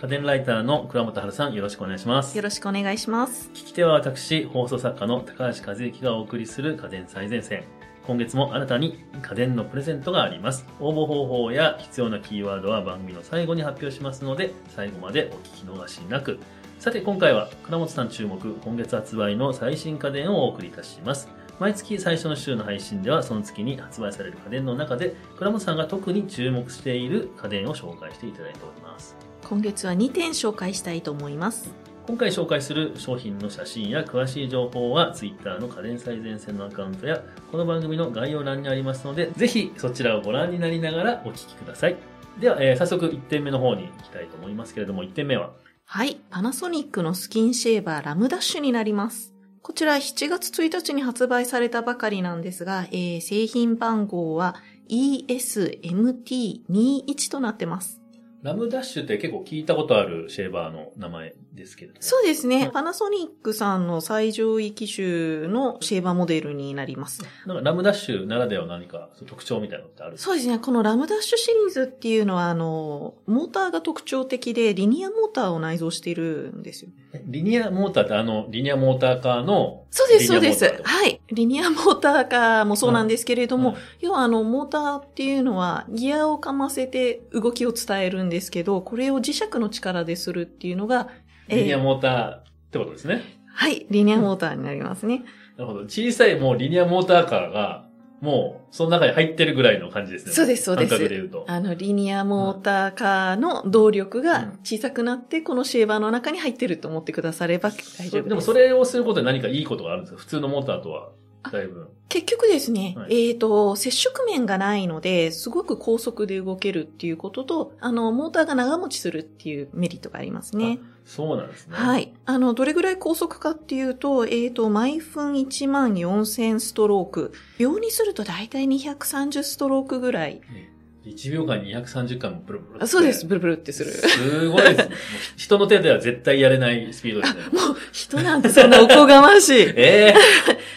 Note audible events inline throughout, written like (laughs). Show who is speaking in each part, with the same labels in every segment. Speaker 1: 家電ライターの倉本春さん、よろしくお願いします。
Speaker 2: よろしくお願いします。
Speaker 1: 聞き手は私、放送作家の高橋和之がお送りする家電最前線。今月も新たに家電のプレゼントがあります。応募方法や必要なキーワードは番組の最後に発表しますので、最後までお聞き逃しなく。さて今回は倉本さん注目、今月発売の最新家電をお送りいたします。毎月最初の週の配信では、その月に発売される家電の中で、倉本さんが特に注目している家電を紹介していただいております。
Speaker 2: 今月は2点紹介したいと思います。
Speaker 1: 今回紹介する商品の写真や詳しい情報は Twitter の家電最前線のアカウントやこの番組の概要欄にありますのでぜひそちらをご覧になりながらお聞きくださいでは、えー早速1点目の方に行きたいと思いますけれども1点目は
Speaker 2: はい、パナソニックのスキンシェーバーラムダッシュになります。こちら7月1日に発売されたばかりなんですが、えー製品番号は ESMT21 となってます。
Speaker 1: ラムダッシュって結構聞いたことあるシェーバーの名前ですけれども
Speaker 2: そうですね、
Speaker 1: うん
Speaker 2: パナソニックさんの最上位機種のシェーバーモデルになります。
Speaker 1: なんかラムダッシュならでは何か特徴みたいなのってある
Speaker 2: そうですね。このラムダッシュシリーズっていうのは、あの、モーターが特徴的で、リニアモーターを内蔵しているんですよ。
Speaker 1: リニアモーターってあのリニアモーターカーの
Speaker 2: そうです、そ
Speaker 1: リ
Speaker 2: う
Speaker 1: ニア
Speaker 2: で
Speaker 1: モーター
Speaker 2: す。はい。リニアモーターかもそうなんですけれども、
Speaker 1: うん
Speaker 2: 要はあの、モーターっていうのは、ギアをかませて動きを伝えるんですけど、これを磁石の力でするっていうのが、えー
Speaker 1: リニアモーターってことですね、
Speaker 2: はい、リニアモーターになりますね。
Speaker 1: なるほど。小さいもうリニアモーターカーが、もうその中に入ってるぐらいの感じですね。
Speaker 2: そうですそうです
Speaker 1: 感覚で言うと。
Speaker 2: あの、リニアモーターカーの動力が小さくなって、このシェーバーの中に入ってると思ってくだされば大丈
Speaker 1: そ
Speaker 2: 夫です。
Speaker 1: でもそれをすることで何かいいことがあるんですか普通のモーターとは、だいぶ。
Speaker 2: 結局ですね、
Speaker 1: は
Speaker 2: えっ、と、接触面がないので、すごく高速で動けるっていうことと、あの、モーターが長持ちするっていうメリットがありますね。
Speaker 1: そうなんですね。。
Speaker 2: はいい。あの、どれぐらい高速かっていうと、えっ、と、毎分1万4000ストローク。秒にすると大体230ストロークぐらい。
Speaker 1: 1秒間に230回もブルブルって
Speaker 2: あそうです、ブルブルってする。
Speaker 1: すごいですね。もう人の手では絶対やれないスピードですね。
Speaker 2: (laughs) もう、人なんてそんなおこがましい。 (laughs)
Speaker 1: ええ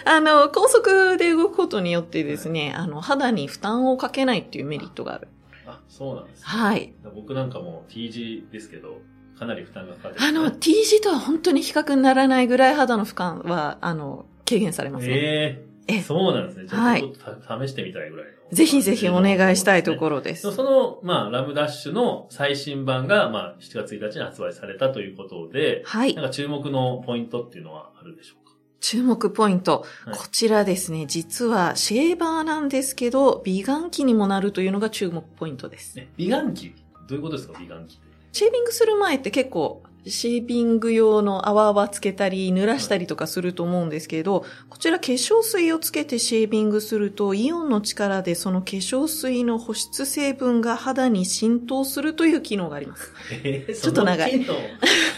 Speaker 2: あの、高速で動くことによってですね、あの、肌に負担をかけないっていうメリットがある。
Speaker 1: あ、そうなんです、
Speaker 2: はい。
Speaker 1: 僕なんかもう T g ですけど、かなり負担がかかって
Speaker 2: あの、T 字とは本当に比較にならないぐらい肌の負荷は、あの、軽減されますね。
Speaker 1: ええ
Speaker 2: え
Speaker 1: そうなんですね。ちょっ
Speaker 2: は
Speaker 1: と
Speaker 2: い
Speaker 1: ちょっと、試してみたいぐらいの。
Speaker 2: ぜひぜひお願いしたいと
Speaker 1: ろ
Speaker 2: ころで
Speaker 1: そ
Speaker 2: す。
Speaker 1: その、まあ、ラムダッシュの最新版が、まあ、7月1日に発売されたということで、
Speaker 2: はい
Speaker 1: な。んか注目のポイントっていうのはあるでしょうか
Speaker 2: 注目ポイント。
Speaker 1: はい
Speaker 2: こちらですね、実はシェーバーなんですけど、美顔器にもなるというのが注目ポイントです。
Speaker 1: ね美顔器どういうことですか美顔器って。
Speaker 2: シェービングする前って結構、シェービング用の泡泡つけたり、濡らしたりとかすると思うんですけど、こちら化粧水をつけてシェービングすると、イオンの力でその化粧水の保湿成分が肌に浸透するという機能があります。
Speaker 1: (laughs) えー
Speaker 2: (laughs) ちょっと長い
Speaker 1: その機能、 (laughs)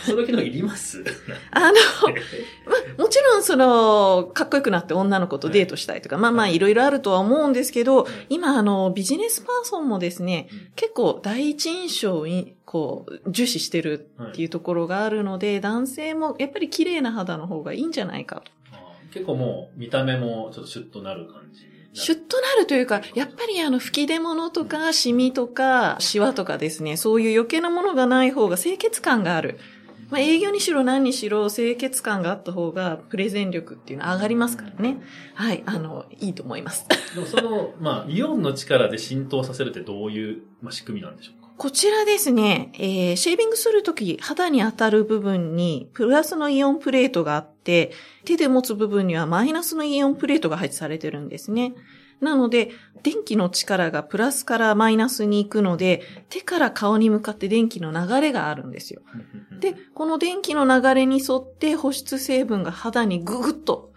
Speaker 1: その機能いります
Speaker 2: あの、ま、もちろんその、かっこよくなって女の子とデートしたいとか、まあま
Speaker 1: は
Speaker 2: あ
Speaker 1: い
Speaker 2: いろいろあるとは思うんですけど
Speaker 1: い、
Speaker 2: 今あの、ビジネスパーソンもですね
Speaker 1: うん、
Speaker 2: 結構第一印象に、こう、重視してる
Speaker 1: (laughs) は
Speaker 2: って
Speaker 1: い
Speaker 2: いうところがあるので、男性もやっぱり綺麗な肌の方がいいんじゃないかと。
Speaker 1: あー結構もう、見た目もちょっとシュッとなる感じ。
Speaker 2: シュッとなるというか、やっぱりあの、吹き出物とか、シミとか、シワとかですね、そういう余計なものがない方が清潔感がある。まあ、営業にしろ何にしろ清潔感があった方が、プレゼン力っていうのは上がりますからね。はい、あの、いいと思います。 (laughs)
Speaker 1: でもその、まあ、イオンの力で浸透させるってどういう、まあ、仕組みなんでしょうか
Speaker 2: こちらですね、えーシェービングするとき、肌に当たる部分にプラスのイオンプレートがあって、手で持つ部分にはマイナスのイオンプレートが配置されてるんですね。なので、電気の力がプラスからマイナスに行くので、手から顔に向かって電気の流れがあるんですよ。で、この電気の流れに沿って保湿成分が肌にぐぐっと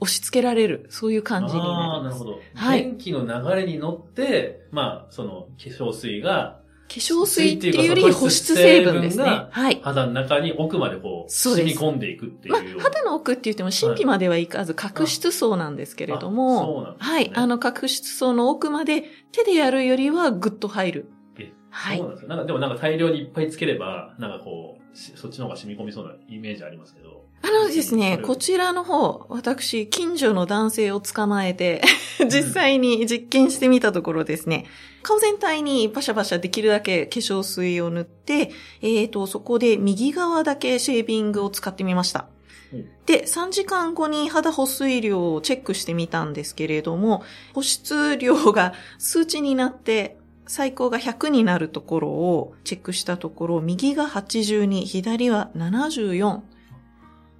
Speaker 2: 押し付けられる、そういう感じに
Speaker 1: あ
Speaker 2: な
Speaker 1: あー、な
Speaker 2: りま
Speaker 1: る
Speaker 2: す。
Speaker 1: ほ
Speaker 2: 化
Speaker 1: ど。
Speaker 2: はい
Speaker 1: 電気の流れに乗って、まあ、その、化粧水が、
Speaker 2: 粧水っていうより保湿成分ですね。
Speaker 1: 保湿成分
Speaker 2: はい。
Speaker 1: 肌の中に奥までこう、
Speaker 2: そう
Speaker 1: 染
Speaker 2: で
Speaker 1: み
Speaker 2: す
Speaker 1: 込んでいくっていう
Speaker 2: まあ
Speaker 1: よう、な。
Speaker 2: 肌の奥って言っても神秘まではいかず角質層なんですけれども、
Speaker 1: あそうなん
Speaker 2: は
Speaker 1: です
Speaker 2: い
Speaker 1: ね、
Speaker 2: あの角質層の奥まで手でやるよりはグッと入る
Speaker 1: え。そ。
Speaker 2: はいう
Speaker 1: なんですよ。なんか、でもなんか大量にいっぱいつければ、なんかこう、しそっちの方が染み込みそうなイメージありますけど。
Speaker 2: あのですね
Speaker 1: そ、れ
Speaker 2: こちらの方、私、近所の男性を捕まえて、実際に実験してみたところですね、顔全体にバシャバシャできるだけ化粧水を塗って、えーと、そこで右側だけシェービングを使ってみました
Speaker 1: うん。
Speaker 2: で、3時間後に肌保水量をチェックしてみたんですけれども、保湿量が数値になって、最高が100になるところをチェックしたところ、右が82、左は74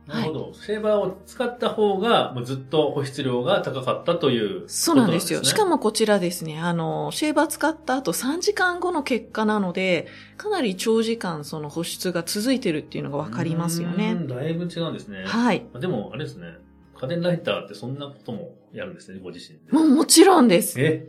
Speaker 1: なるほど。シェーバーを使った方が、もうずっと保湿量が高かったという。
Speaker 2: そうなんですよ。
Speaker 1: ことなんですね
Speaker 2: しかもこちらですね、あの、シェーバー使った後3時間後の結果なので、かなり長時間その保湿が続いてるっていうのがわかりますよ
Speaker 1: う
Speaker 2: ね
Speaker 1: ー。ん。だいぶ違うんですね。
Speaker 2: はい。
Speaker 1: でも、あれですね。家電ライターってそんなこともやるんですね、ご自身で。
Speaker 2: もうもちろんです。
Speaker 1: え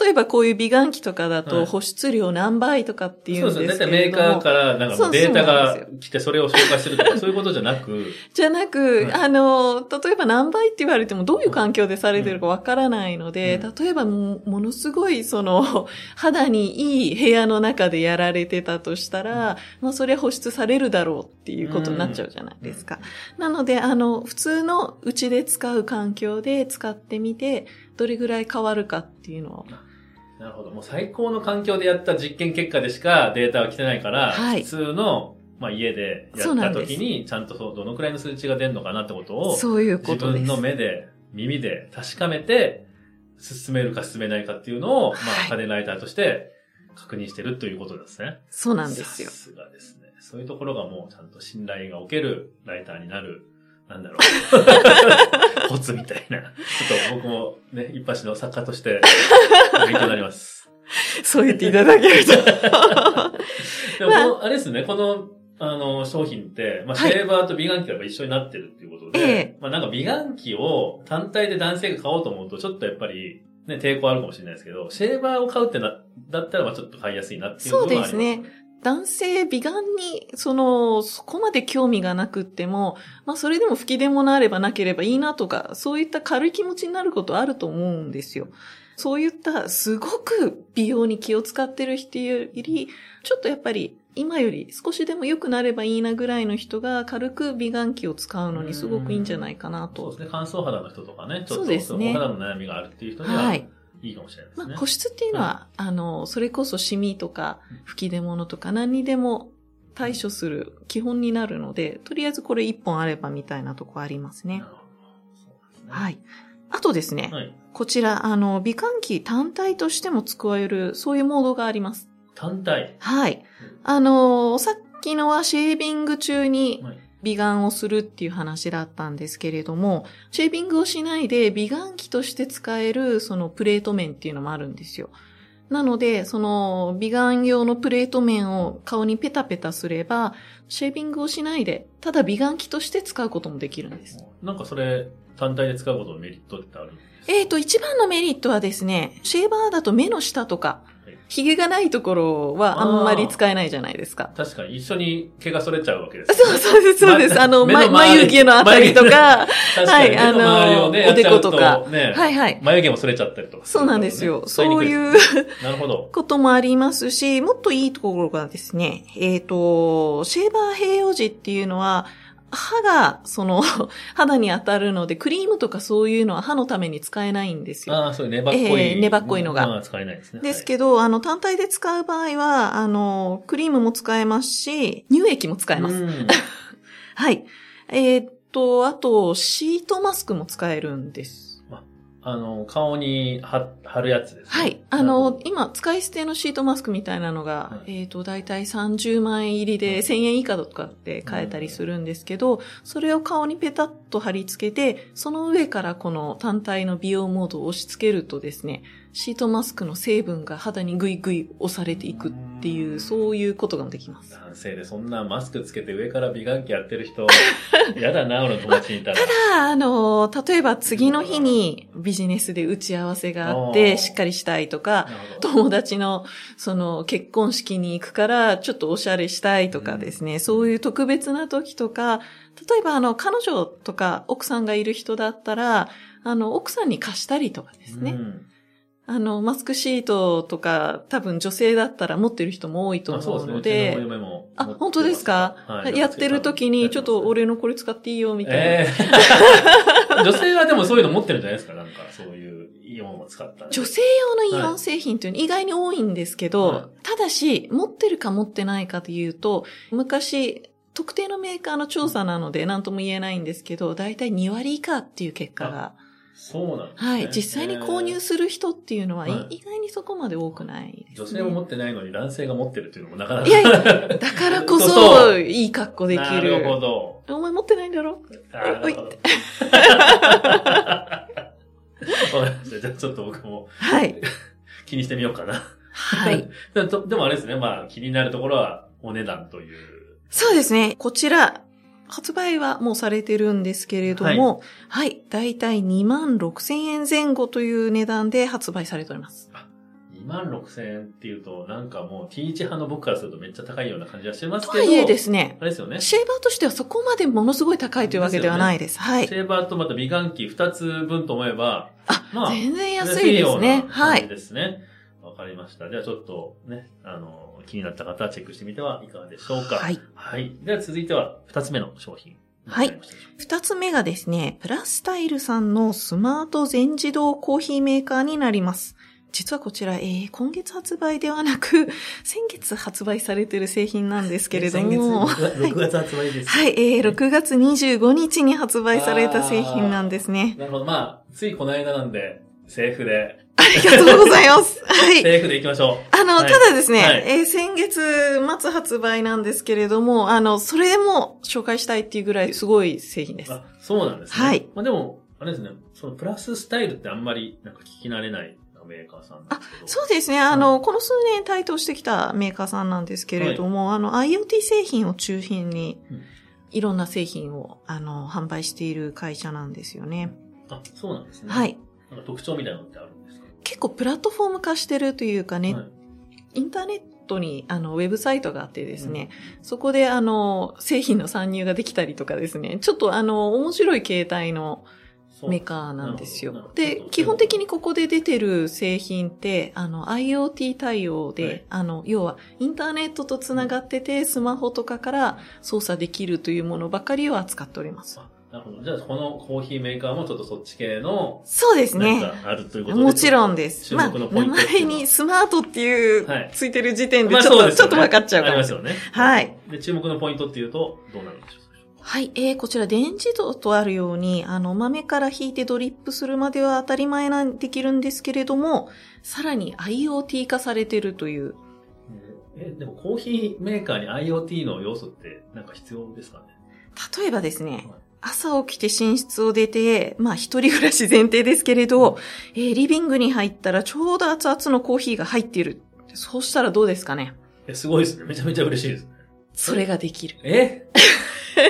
Speaker 2: 例えばこういう美顔器とかだ
Speaker 1: は
Speaker 2: と
Speaker 1: い
Speaker 2: 保湿量何倍とかってい
Speaker 1: そううんですね。だい
Speaker 2: です
Speaker 1: た
Speaker 2: け
Speaker 1: いメー
Speaker 2: れど
Speaker 1: カー
Speaker 2: も
Speaker 1: か、らなん
Speaker 2: そう
Speaker 1: か
Speaker 2: そう
Speaker 1: データ
Speaker 2: なん
Speaker 1: が
Speaker 2: で
Speaker 1: 来てそれを紹介するとか、そういうことじゃなく、
Speaker 2: じゃなく、
Speaker 1: はい
Speaker 2: あの、例えば何倍って言われてもどういう環境でされてるかわからないので、
Speaker 1: うん
Speaker 2: 例えばもものすごいその、 (laughs) 肌にいい部屋の中でやられてたとしたら、まあそれは保湿されるだろうっていうことになっちゃうじゃないですか。なので、あの、普通のうちで使う環境で使ってみて、どれぐらい変わるかっていうのを。
Speaker 1: なるほど。もう最高の環境でやった実験結果でしかデータは来てないから、
Speaker 2: はい
Speaker 1: 普通の、まあ、家でや
Speaker 2: そう
Speaker 1: った
Speaker 2: なんです
Speaker 1: 時に、ちゃんとそうどのくらいの数値が出るのかなってことを、
Speaker 2: そういう
Speaker 1: 自
Speaker 2: ことで
Speaker 1: 分
Speaker 2: す。
Speaker 1: の目で、耳で確かめて、進めるか進めないかっていうのを、ま
Speaker 2: はい
Speaker 1: あ、家電ライターとして確認してるということなんですね。
Speaker 2: そうなんですよ
Speaker 1: さ。すがですね。そういうところがもうちゃんと信頼がおけるライターになる、なんだろ
Speaker 2: (laughs)
Speaker 1: う。コツみたいな。ちょっと僕もね、一発の作家と
Speaker 2: (laughs)
Speaker 1: して、勉強になります。
Speaker 2: そう言っていただける
Speaker 1: (laughs)
Speaker 2: と。
Speaker 1: でも、
Speaker 2: まあ
Speaker 1: このあれですね、この、あの、商品って、まあ、シ
Speaker 2: はい
Speaker 1: ェーバーと美顔器がやっぱ一緒になってるっていうことで、
Speaker 2: ええ
Speaker 1: まあ、なんか美顔器を単体で男性が買おうと思うと、ちょっとやっぱり、ね、抵抗あるかもしれないですけど、シェーバーを買うってな、だったら、まあ、ちょっと買いやすいなっていうのはあります、
Speaker 2: そうです男性美顔に、その、そこまで興味がなくっても、まあそれでも吹き出物あればなければいいなとか、そういった軽い気持ちになることあると思うんですよ。そういったすごく美容に気を使ってる人より、ちょっとやっぱり今より少しでも良くなればいいなぐらいの人が軽く美顔器を使うのにすごくいいんじゃないかな
Speaker 1: そう
Speaker 2: と
Speaker 1: で。すね。乾燥肌の人とかね、ちょ
Speaker 2: そ
Speaker 1: っ
Speaker 2: う
Speaker 1: と
Speaker 2: ですね
Speaker 1: お肌の悩みがあるっていう人には、
Speaker 2: はいい。
Speaker 1: いかもしれないです
Speaker 2: ま
Speaker 1: ね。
Speaker 2: あ、保湿っていうのは、あの、それこそシミとか
Speaker 1: うん、
Speaker 2: 吹き出物とか何にでも対処する基本になるので、とりあえずこれ一本あればみたいなとこありますね
Speaker 1: な。るほどそうですね。
Speaker 2: はいい。あとですね、
Speaker 1: はい。
Speaker 2: こちら、あの、美顔器単体としても使える、そういうモードがあります。
Speaker 1: 単体。
Speaker 2: はい。あの、さっきのはシェービング中に
Speaker 1: はい。
Speaker 2: 美顔をするっていう話だったんですけれども、シェービングをしないで美顔器として使えるそのプレート面っていうのもあるんですよ。なので、その美顔用のプレート面を顔にペタペタすれば、シェービングをしないで、ただ美顔器として使うこともできるんです。
Speaker 1: なんかそれ、単体で使うことのメリットってあるんですか
Speaker 2: えっ、と、一番のメリットはですね、シェーバーだと目の下とか
Speaker 1: はい、
Speaker 2: 髭がないところはあんまり使えないじゃないですか。
Speaker 1: 確かに一緒に毛がそれちゃうわけです、
Speaker 2: そうそうです、そうです。
Speaker 1: ま
Speaker 2: あの、
Speaker 1: 目の
Speaker 2: ま
Speaker 1: 周り
Speaker 2: 眉毛のあたりとか、
Speaker 1: 確かに、
Speaker 2: はい
Speaker 1: 目の周りをね、
Speaker 2: あのー
Speaker 1: やっちゃうと
Speaker 2: おでことか
Speaker 1: ね、
Speaker 2: はいはい。
Speaker 1: 眉毛もそれちゃったりとかる
Speaker 2: そうなんですよ。そういう
Speaker 1: 使にくいですねなるほど。
Speaker 2: こともありますし、もっといいところがですね、えっ、と、シェーバー併用時っていうのは、歯が、その、 (laughs) 肌に当たるので、クリームとかそういうのは歯のために使えないんですよ。
Speaker 1: ああ、そういう粘っこい。
Speaker 2: ええ粘っこいのが
Speaker 1: まあ、使えないですね。
Speaker 2: ですけど、あの、単体で使う場合は、あの、クリームも使えますし、乳液も使
Speaker 1: はい
Speaker 2: えます。
Speaker 1: うん
Speaker 2: はい。えっ、と、あと、シートマスクも使えるんです。
Speaker 1: あの、顔に貼貼るやつです、ね。
Speaker 2: はい。あの、今、使い捨てのシートマスクみたいなのが
Speaker 1: は、
Speaker 2: えっ、と、だいたい30万円入りで
Speaker 1: うん
Speaker 2: 1000円以下とかって買えたりするんですけど、それを顔にペタッと貼り付けて、その上からこの単体の美容モードを押し付けるとですね、シートマスクの成分が肌にグイグイ押されていくっていうう、
Speaker 1: ん
Speaker 2: そういうことができます。
Speaker 1: 男性でそんなマスクつけて上から美顔器やってる人、やだな、俺の友達にいたら。
Speaker 2: ただ、あの、例えば次の日にビジネスで打ち合わせがあ
Speaker 1: あ
Speaker 2: っ
Speaker 1: ー
Speaker 2: て、しっかりしたいとか、
Speaker 1: なるほど
Speaker 2: 友達の、その、結婚式に行くから、ちょっとおしゃれしたいとかですね、そういう特別な時とか、例えば、あの、彼女とか奥さんがいる人だったら、あの、奥さんに貸したりとかですね。
Speaker 1: うん
Speaker 2: あの、マスクシートとか、多分女性だったら持ってる人も多いと
Speaker 1: まあそう
Speaker 2: 思
Speaker 1: で
Speaker 2: う
Speaker 1: すね。うちの
Speaker 2: ので、
Speaker 1: 嫁も
Speaker 2: あ、本当ですか、
Speaker 1: はい
Speaker 2: やってる時に、ちょっと俺のこれ使っていいよ、みたいな。
Speaker 1: ええ
Speaker 2: (laughs)
Speaker 1: 女性はでもそういうの持ってるんじゃないですかなんか、そういうイオンを使った。
Speaker 2: 女性用のイオン製品っていうのは意外に多いんですけど、
Speaker 1: は
Speaker 2: ただし、持ってるか持ってないかというと、昔、特定のメーカーの調査なので何とも言えないんですけど、だいたい2割以下っていう結果が、
Speaker 1: そうなんですね。
Speaker 2: はい、実際に購入する人っていうのは、い
Speaker 1: はい
Speaker 2: 意外にそこまで多くないです、ね。
Speaker 1: 女性も持ってないのに男性が持ってるっていうのもなかなか。
Speaker 2: いやいや、だからこ
Speaker 1: そ
Speaker 2: そ、
Speaker 1: う
Speaker 2: いい格好でき
Speaker 1: な
Speaker 2: る。
Speaker 1: るほど。
Speaker 2: お前持ってないんだろ
Speaker 1: あー
Speaker 2: おい
Speaker 1: なるほど (laughs) わかりましたじゃあちょっと僕も
Speaker 2: はい。
Speaker 1: 気にしてみようかな。
Speaker 2: はい。
Speaker 1: (laughs) でもとでもあれですね、まあ気になるところはお値段という。
Speaker 2: そうですね。こちら、発売はもうされてるんですけれども、はい。だいたい2万6千円前後という値段で発売されております。
Speaker 1: 2万6千円っていうと、なんかもう T1 派の僕からするとめっちゃ高いような感じはしてます
Speaker 2: と
Speaker 1: け
Speaker 2: は
Speaker 1: ど。
Speaker 2: いえですね、
Speaker 1: あれですよね。シ
Speaker 2: シェーバーとしてはそこまでものすごい高いというわけではないです。はい。
Speaker 1: ェーバーとまた美顔器2つ分と思えば、
Speaker 2: あ、
Speaker 1: まあ
Speaker 2: 全然安
Speaker 1: 安
Speaker 2: いですね。は
Speaker 1: いような感じ
Speaker 2: い。
Speaker 1: ですね。わかりました。ではちょっとね、あの、気になった方はチェックしてみてはいかがでしょうか。
Speaker 2: は
Speaker 1: はい。
Speaker 2: い。
Speaker 1: では続いては2つ目の商品。
Speaker 2: はい
Speaker 1: わかりましたでしょう
Speaker 2: 二つ目がですね、プラスタイルさんのスマート全自動コーヒーメーカーになります。実はこちら、えー、今月発売ではなく、先月発売されている製品なんです
Speaker 1: か
Speaker 2: けれど
Speaker 1: (laughs)
Speaker 2: も。
Speaker 1: 先月、6月発売です。
Speaker 2: はい、えー、6月25日に発売された製品なんですね。
Speaker 1: なるほど。まあ、ついこの間なんで、セーフで、
Speaker 2: ありがとうござ
Speaker 1: (laughs)
Speaker 2: います。はい。
Speaker 1: セーフで行きましょ
Speaker 2: あの、
Speaker 1: はい
Speaker 2: ただですね、
Speaker 1: はい
Speaker 2: えー先月末発売なんですけれども、あの、それでも紹介したいっていうぐらいすごい製品で
Speaker 1: う。
Speaker 2: す。
Speaker 1: あ、そうなんですね。
Speaker 2: はい。
Speaker 1: まあでも、あれですね、そのプラススタイルってあんまりなんか聞き慣れないメーカーさんなんですけど。
Speaker 2: そうですね。あの、この数年台頭してきたメーカーさんなんですけれども、あの、IoT 製品を中心に
Speaker 1: うん、
Speaker 2: いろんな製品を、あの、販売している会社なんですよね。
Speaker 1: あ、そうなんですね。
Speaker 2: は。い。
Speaker 1: なんか特徴みたいなのってあるんですか
Speaker 2: 結構プラットフォーム化してるというかね、
Speaker 1: はい
Speaker 2: インターネットに、あの、ウェブサイトがあってですね、そこで、あの、製品の参入ができたりとかですね、ちょっと、あの、面白い形態の
Speaker 1: そう
Speaker 2: メーカーなんです
Speaker 1: なる
Speaker 2: よ
Speaker 1: ほ。どなる
Speaker 2: で
Speaker 1: ほど、
Speaker 2: 基本的にここで出てる製品って、あの、IoT 対応で、
Speaker 1: はい
Speaker 2: あの、要は、インターネットとつながってて、スマホとかから操作できるというものばかりを扱っております。
Speaker 1: あなるほど。じゃあ、このコーヒーメーカーもちょっとそっち系の、
Speaker 2: そうです
Speaker 1: なん
Speaker 2: ね。
Speaker 1: かあるということで。
Speaker 2: もちろんです。
Speaker 1: 注
Speaker 2: まあ、
Speaker 1: 目のポイ
Speaker 2: 名
Speaker 1: ントっていう
Speaker 2: 前
Speaker 1: のは
Speaker 2: にスマートっていう
Speaker 1: はい、
Speaker 2: ついてる時点で
Speaker 1: まあ
Speaker 2: ちょっと、
Speaker 1: そうです
Speaker 2: ちょ
Speaker 1: よ
Speaker 2: っ
Speaker 1: ね
Speaker 2: と分かっちゃ
Speaker 1: あ
Speaker 2: うか
Speaker 1: り
Speaker 2: も
Speaker 1: ま
Speaker 2: し
Speaker 1: す
Speaker 2: れ
Speaker 1: よね。
Speaker 2: はい。
Speaker 1: で、注目のポイントっていうと、どうなるんでしょう
Speaker 2: はい、えー、こちら電磁度とあるように、あの、豆から引いてドリップするまでは当たり前なんできるんですけれども、さらに IoT 化されてるという。
Speaker 1: え、でもコーヒーメーカーに IoT の要素ってなんか必要ですかね
Speaker 2: 例えばですね
Speaker 1: はい、
Speaker 2: 朝起きて寝室を出て、まあ一人暮らし前提ですけれど、えーリビングに入ったらちょうど熱々のコーヒーが入っている。そうしたらどうですかね
Speaker 1: え、すごいですね。めちゃめちゃ嬉しいですね。
Speaker 2: それができる。 (laughs)
Speaker 1: え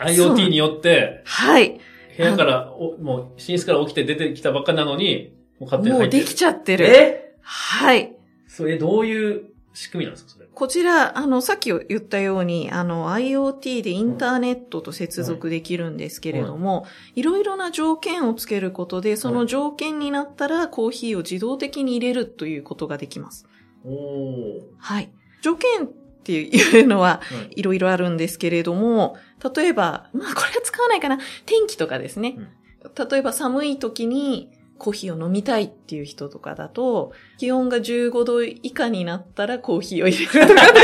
Speaker 1: ?IoT によって、
Speaker 2: はい。
Speaker 1: 部屋から、おもう寝室から起きて出てきたばっかなのに、もう勝手に
Speaker 2: も
Speaker 1: 入
Speaker 2: う
Speaker 1: って
Speaker 2: で
Speaker 1: る。
Speaker 2: きちゃってる。
Speaker 1: え
Speaker 2: はい。
Speaker 1: それ、どういう仕組みなんですかそれ。
Speaker 2: こちら、あの、さっき言ったように、あの、IoT でインターネットと接続できるんですけれども、いろいろな条件をつけることで、その条件になったらコーヒーを自動的に入れるということができます。
Speaker 1: おお。
Speaker 2: はい。条件っていうのは、
Speaker 1: はい
Speaker 2: いろいろあるんですけれども、例えば、まあこれは使わないかな、天気とかですね。例えば寒い時にコーヒーを飲みたいっていう人とかだと、気温が15度以下になったらコーヒーを入れるとかで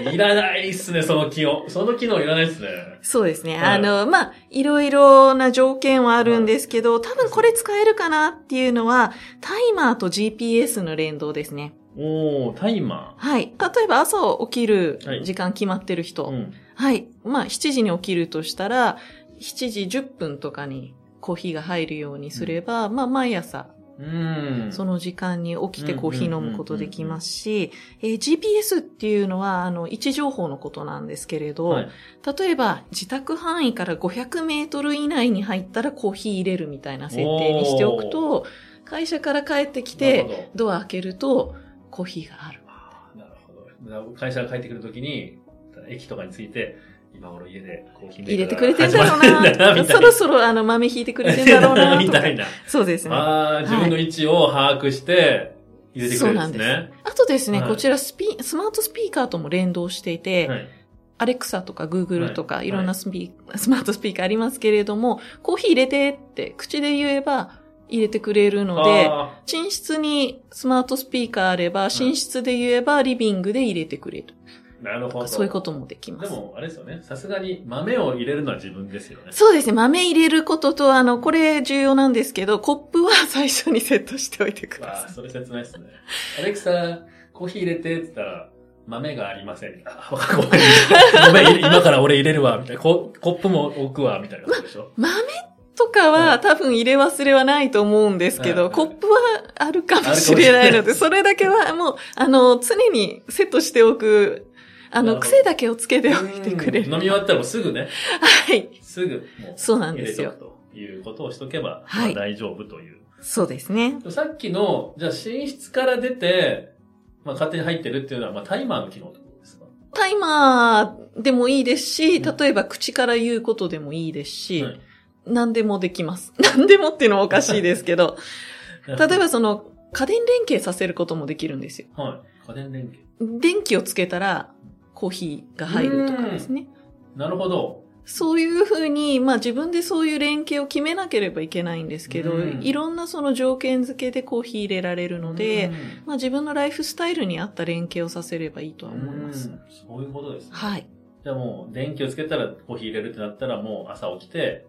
Speaker 2: すね。
Speaker 1: いらないっすね、その機能。その機能いらないっすね。
Speaker 2: そうですね。
Speaker 1: はい
Speaker 2: あの、まあ、いろいろな条件はあるんですけど、多分これ使えるかなっていうのは、タイマーと GPS の連動ですね。
Speaker 1: おー、タイマ
Speaker 2: はい。例えば朝起きる
Speaker 1: はい
Speaker 2: 時間決まってる人。
Speaker 1: ー。ん。
Speaker 2: はい。まあ、7時に起きるとしたら、7時10分とかにコーヒーが入るようにすれば、まあ、毎朝、
Speaker 1: うーん。
Speaker 2: そ
Speaker 1: の、
Speaker 2: の時間に起きてコーヒー飲むことできますし、えー GPS っていうのは、あの、位置情報のことなんですけれど、
Speaker 1: はい、
Speaker 2: 例えば、自宅範囲から500メートル以内に入ったらコーヒー入れるみたいな設定にしておくと、会社から帰ってき
Speaker 1: なる
Speaker 2: て、
Speaker 1: ほど
Speaker 2: ドア開けると、コーヒーがある。
Speaker 1: あーなるほど。会社が帰ってくるときに、駅とかについて、今頃家でコーヒーメーカー
Speaker 2: 入れてくれてんだろうな。そろそろあの豆引いてくれてんだろう
Speaker 1: (laughs)
Speaker 2: な。
Speaker 1: み
Speaker 2: とか
Speaker 1: たいな。
Speaker 2: (laughs) そうですね。
Speaker 1: ああ、自分の位置を把握して、入れてくれるんですね。
Speaker 2: あとそうですね。
Speaker 1: はい
Speaker 2: こちらスピ、スマートスピーカーとも連動していて、
Speaker 1: はい。
Speaker 2: アレクサとかグーグルと
Speaker 1: は
Speaker 2: か
Speaker 1: い
Speaker 2: いろんなスピ、スマートスピーカーありますけれども、コーヒー入れてって口で言えば入れてくれるので、
Speaker 1: あ
Speaker 2: 寝室にスマートスピーカーあれば、寝室で言えばリビングで入れてくれる。
Speaker 1: ーなるほど。
Speaker 2: そういうこともできま。
Speaker 1: ですも、あれですよね。さすがに豆を入れるのは自分ですよね。
Speaker 2: そうですね。豆入れることと、あの、これ重要なんですけど、コップは最初にセットしておいてくだ
Speaker 1: わあ、
Speaker 2: さい。
Speaker 1: それ切ないですね。アレクサ、コーヒー入れてって言ったら、豆がありません。あ、ごめん。ごめん、今から俺入れるわ、みたいな。ココップも置くわ、みたいなことでしょ。
Speaker 2: 豆とか
Speaker 1: は
Speaker 2: はい多分入れ忘れはないと思うんですけ
Speaker 1: は
Speaker 2: ど、
Speaker 1: い
Speaker 2: コップはあるかもしれないので、それだけはもう、あの、常にセットしておく、
Speaker 1: な
Speaker 2: あ
Speaker 1: る
Speaker 2: の、
Speaker 1: ほど
Speaker 2: 癖だけをつけておいてくれ
Speaker 1: うん
Speaker 2: る。
Speaker 1: 飲み終わったらもうすぐね、
Speaker 2: はい。
Speaker 1: すぐ、もう。
Speaker 2: そうなんですよ
Speaker 1: 入れとくということをしとけば、
Speaker 2: はい
Speaker 1: まあ大丈夫という。
Speaker 2: そうですね。
Speaker 1: さっきの、じゃあ寝室から出て、まあ勝手に入ってるっていうのは、まあタイマーの機能ってことですか
Speaker 2: タイマーでもいいですし、
Speaker 1: うん
Speaker 2: 例えば口から言うことでもいいですし、
Speaker 1: はい
Speaker 2: 何でもできます。 (laughs) 何でもっていうのはおかしいです
Speaker 1: (laughs)
Speaker 2: けど、例えばその、家電連携させることもできるんですよ。
Speaker 1: ば、はい。家電連携。
Speaker 2: 電気をつけたら、コーヒーが入るとかですね。
Speaker 1: なるほど。
Speaker 2: そういうふうに、まあ自分でそういう連携を決めなければいけないんですけど、
Speaker 1: うん
Speaker 2: いろんなその条件付けでコーヒー入れられるので、
Speaker 1: うん
Speaker 2: まあ自分のライフスタイルに合った連携をさせればいいとは思います。
Speaker 1: うんそういうことですね。
Speaker 2: はい。
Speaker 1: じゃあもう、電気をつけたらコーヒー入れるってなったら、もう朝起きて、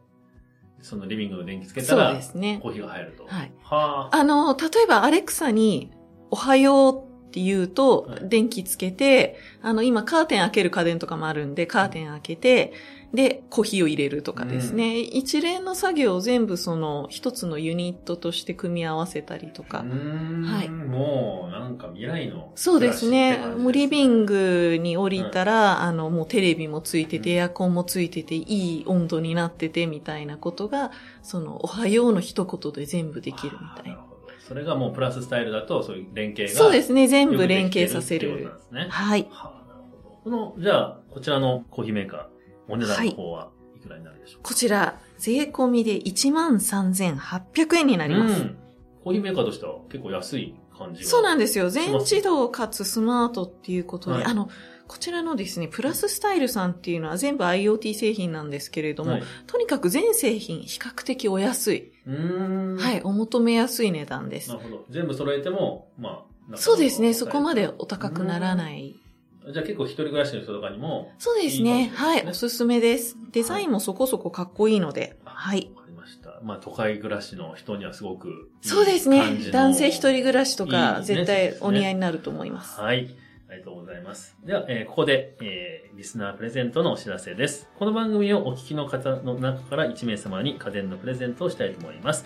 Speaker 1: そのリビングの電気つけた
Speaker 2: そう
Speaker 1: ら
Speaker 2: で、すね。
Speaker 1: コーヒーが入ると。
Speaker 2: はい。
Speaker 1: はあ。
Speaker 2: あの、例えばアレクサに、おはようって言うと
Speaker 1: は、い
Speaker 2: 電気つけて、あの、今カーテン開ける家電とかもあるんで、カーテン開けて、で、コーヒーを入れるとかですね。一連の作業を全部その、一つのユニットとして組み合わせたりとか
Speaker 1: う。ーん
Speaker 2: はい
Speaker 1: もう、なんか未来の。
Speaker 2: そうですね。もうリビ
Speaker 1: グ。
Speaker 2: ングに降りたら、あの、もうテレビもついてて、
Speaker 1: うん
Speaker 2: エアコンもついてて、いい温度になってて、みたいなことが、その、おはようの一言で全部できるみたい
Speaker 1: あーな
Speaker 2: な。
Speaker 1: るほど。それがもうプラススタイルだと、そういう連携が。。
Speaker 2: そうですすね。全部連携させ
Speaker 1: っていう
Speaker 2: る
Speaker 1: こと。なんですね。
Speaker 2: はい。
Speaker 1: はあ、なるほど。この、じゃあ、こちらのコーヒーメーカー、お値段の方はいくらになるでしょうか、
Speaker 2: こちら、税込みで13,800円になり
Speaker 1: う
Speaker 2: ます。
Speaker 1: ん。コーヒーメーカーとしては結構安い感じが。
Speaker 2: そうなんんですよ。全自動かつスマートっていうことで、
Speaker 1: はい
Speaker 2: あの、こちらのですね、プラススタイルさんっていうのは全部 IoT 製品なんですけれども、
Speaker 1: はい、
Speaker 2: とにかく全製品比較的お安い、
Speaker 1: うーん。
Speaker 2: はい、お求めやすい値段で
Speaker 1: な
Speaker 2: す
Speaker 1: る。ほど。全部揃えても、まあ、。
Speaker 2: そうですね、そこまでお高くならないい。
Speaker 1: じゃあ結構一人暮らしの人とかにも、
Speaker 2: そうです
Speaker 1: いい感じ
Speaker 2: ね、
Speaker 1: ですね
Speaker 2: はい、おすすめです。デザインもそこそこかっこいいので、はい。
Speaker 1: わかりました。まあ、都会暮らしの人にはすごくいい感じの。
Speaker 2: そうですね、男性一人暮らしと
Speaker 1: い
Speaker 2: か
Speaker 1: いですね
Speaker 2: 絶対お似合いになると思います。
Speaker 1: はい。ありがとうございます。では、えーここで、えーリスナープレゼントのお知らせです。この番組をお聞きの方の中から1名様に家電のプレゼントをしたいと思います。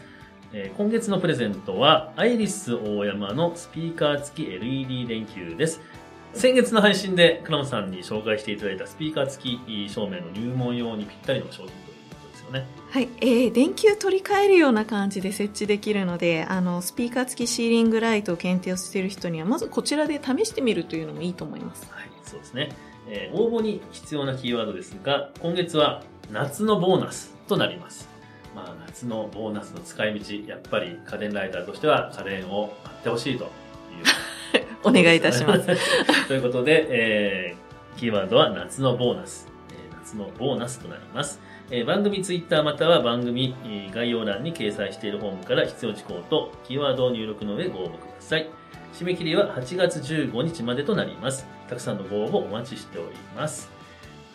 Speaker 1: えー今月のプレゼントは、アイリス大山のスピーカー付き LED 電球です。先月の配信で、倉本さんに紹介していただいたスピーカー付き照明の入門用にぴったりの商品ということですよね。
Speaker 2: はい、えー電球取り替えるような感じで設置できるのであのスピーカー付きシーリングライトを検定をしている人にはまずこちらで試してみるというのもいいと思います
Speaker 1: はい、そうですね。えー応募に必要なキーワードですが、今月は夏のボーナスとなります。まあ、夏のボーナスの使い道、やっぱり家電ライターとしては家電を買ってほしいという。
Speaker 2: お願いいたします。
Speaker 1: (laughs) ということで、えーキーワードは夏のボーナス。えー夏のボーナスとなります。えー番組ツイッターまたは番組えー概要欄に掲載しているフォームから必要事項とキーワードを入力の上ご応募ください。締め切りは8月15日までとなります。たくさんのご応募お待ちしております。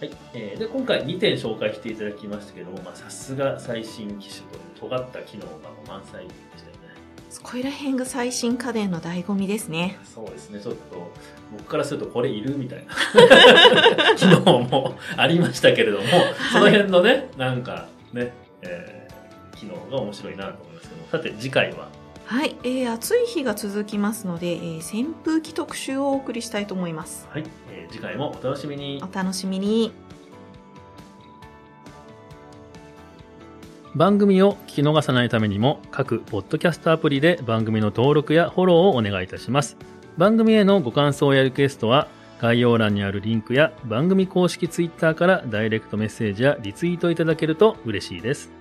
Speaker 1: はい。えーで、今回2点紹介していただきましたけども、まあ、さすが最新機種という尖った機能が満載でしたよね。
Speaker 2: こいら辺が最新家電の醍醐味ですね
Speaker 1: そうですね、ちょっと、僕からするとこれいるみたいな。 (laughs) 昨日もありましたけれども、その辺のね、なんかね、えー、機能が面白いなと思いますけども、さて次回は、
Speaker 2: はい、えー暑い日が続きますので、えー扇風機特集をお送りしたいと思います
Speaker 1: はい、えー次回もお楽しみに
Speaker 2: お。楽しみに
Speaker 1: 番組を聞き逃さないためにも各ポッドキャストアプリで番組の登録やフォローをお願いいたします番組へのご感想やリクエストは概要欄にあるリンクや番組公式ツイッターからダイレクトメッセージやリツイートいただけると嬉しいです